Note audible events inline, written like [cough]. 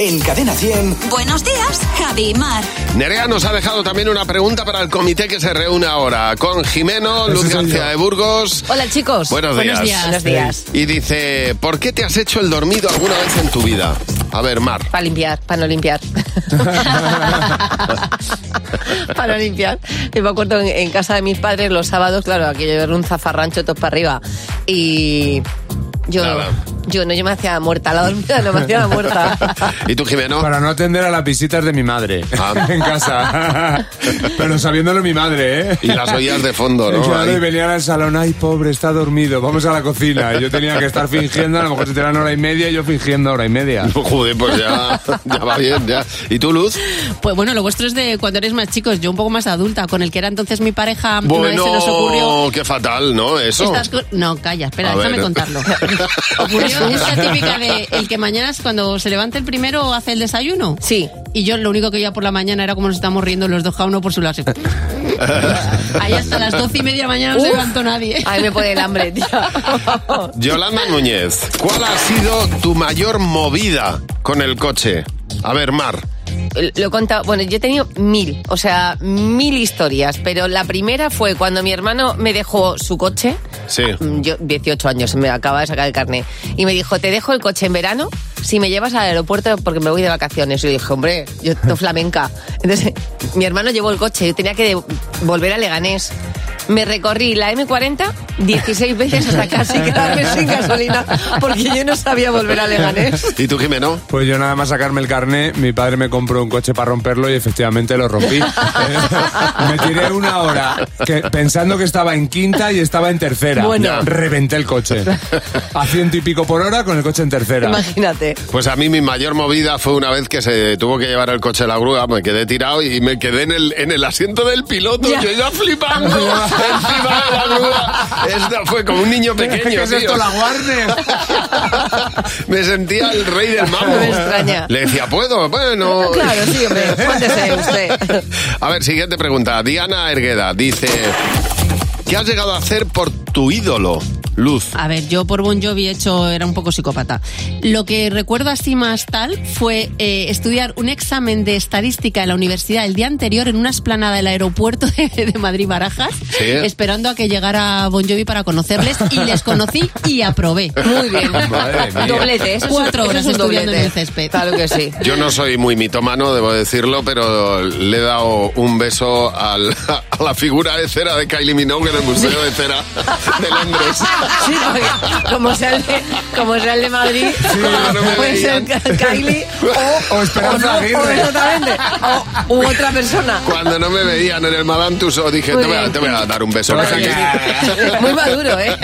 en Cadena 100. Buenos días, Javi y Mar. Nerea nos ha dejado también una pregunta para el comité que se reúne ahora con Jimeno, Luz García de Burgos. Hola chicos. Buenos días. Buenos días. Y dice, ¿por qué te has hecho el dormido alguna vez en tu vida? A ver, Mar. Para limpiar, para [laughs] no limpiar. para no limpiar. Yo me acuerdo en, en casa de mis padres los sábados, claro, aquello era un zafarrancho top para arriba. Y yo, Nada. yo no, yo me hacía la muerta, la dormida no me hacía la muerta. [laughs] ¿Y tú, Jimeno? Para no atender a las visitas de mi madre Ah. [laughs] en casa. [laughs] Pero sabiéndolo mi madre, ¿eh? Y las oías de fondo, [laughs] ¿no? Claro, Ahí. y venían al salón, ay, pobre, está dormido, vamos a la cocina. Y yo tenía que estar fingiendo, a lo mejor se te dan hora y media y yo fingiendo hora [laughs] y media. Joder, pues ya, ya va bien, ya. ¿Y tú, Luz? Pues bueno, lo vuestro es de cuando eres más chicos, yo un poco más adulta, con el que era entonces mi pareja, una vez se nos ocurrió. Bueno, qué fatal, ¿no? Eso. Estás con- No, calla, espera, A déjame ver. [laughs] contarlo. Ocurrió esta típica de el que mañana es cuando se levanta el primero hace el desayuno. Sí. Y yo lo único que oía por la mañana era como nos estamos riendo los dos cada uno por su lado. así. Ahí hasta las doce y media de la mañana no se Uf. levantó nadie. Ay, me pone el hambre, [laughs] tío. Yolanda Núñez, ¿cuál ha sido tu mayor movida con el coche? A ver, Mar. Lo he contado, bueno, yo he tenido mil, o sea, mil historias, pero la primera fue cuando mi hermano me dejó su coche, Sí. Mm, yo 18 años, me acaba de sacar el carnet, y me dijo, te dejo el coche en verano si me llevas al aeropuerto porque me voy de vacaciones. Y yo dije, hombre, yo estoy flamenca. Entonces, mi hermano llevó el coche, yo tenía que de- volver a Leganés. Me recorrí la M40 16 veces hasta casi quedarme sin gasolina porque yo no sabía volver [laughs] a Leganés. ¿Y tú, Jimeno? Pues yo nada más sacarme el carné, mi padre me compró un coche para romperlo y efectivamente lo [laughs] rompí. [laughs] me tiré una hora que- pensando que estaba en quinta y estaba en tercera. Bueno. Reventé el coche. A ciento y pico por hora con el coche en tercera. Imagínate. Pues a mí mi mayor movida fue una vez que se tuvo que llevar el coche a la grúa, me quedé tirado y me quedé en el, en el asiento del piloto, yo iba flipando [laughs] encima de la grúa. Esto fue como un niño pequeño, [laughs] [laughs] ¿Qué es tío. esto, la Warner? [laughs] Me sentía el rey del [laughs] mambo. No me extraña. Le decía, ¿puedo? Bueno. Claro, sí, hombre, cuéntese usted. [laughs] A ver, siguiente pregunta. Diana Ergueda dice, ¿qué has llegado a hacer por tu ídolo, Luz? A ver, yo por Bon Jovi he hecho, era un poco psicópata. Lo que recuerdo así más tal fue eh, estudiar un examen de estadística en la universidad el día anterior en una esplanada del aeropuerto de, de Madrid-Barajas, Sí. esperando a que llegara Bon Jovi para conocerles y les conocí y aprobé. Muy bien. Madre mía. Doblete, eso es- Cuatro eso horas es un estudiando doblete. en el césped. Claro que [laughs] sí. Yo no soy muy mitómano, debo decirlo, pero le he dado un beso al- [laughs] a la figura de cera de Kylie Minogue en el Museo de Cera de Londres. Sí, porque como sea el de, como sea el de Madrid, no me puede ser veían. Kylie o, O Esperanza o no, o Aguirre. exactamente, o- u otra persona. Cuando no me veían en el Madame Tussauds dije, te Muy voy a, bien. te voy a dar un beso. Oye. Kylie". Muy maduro, ¿eh?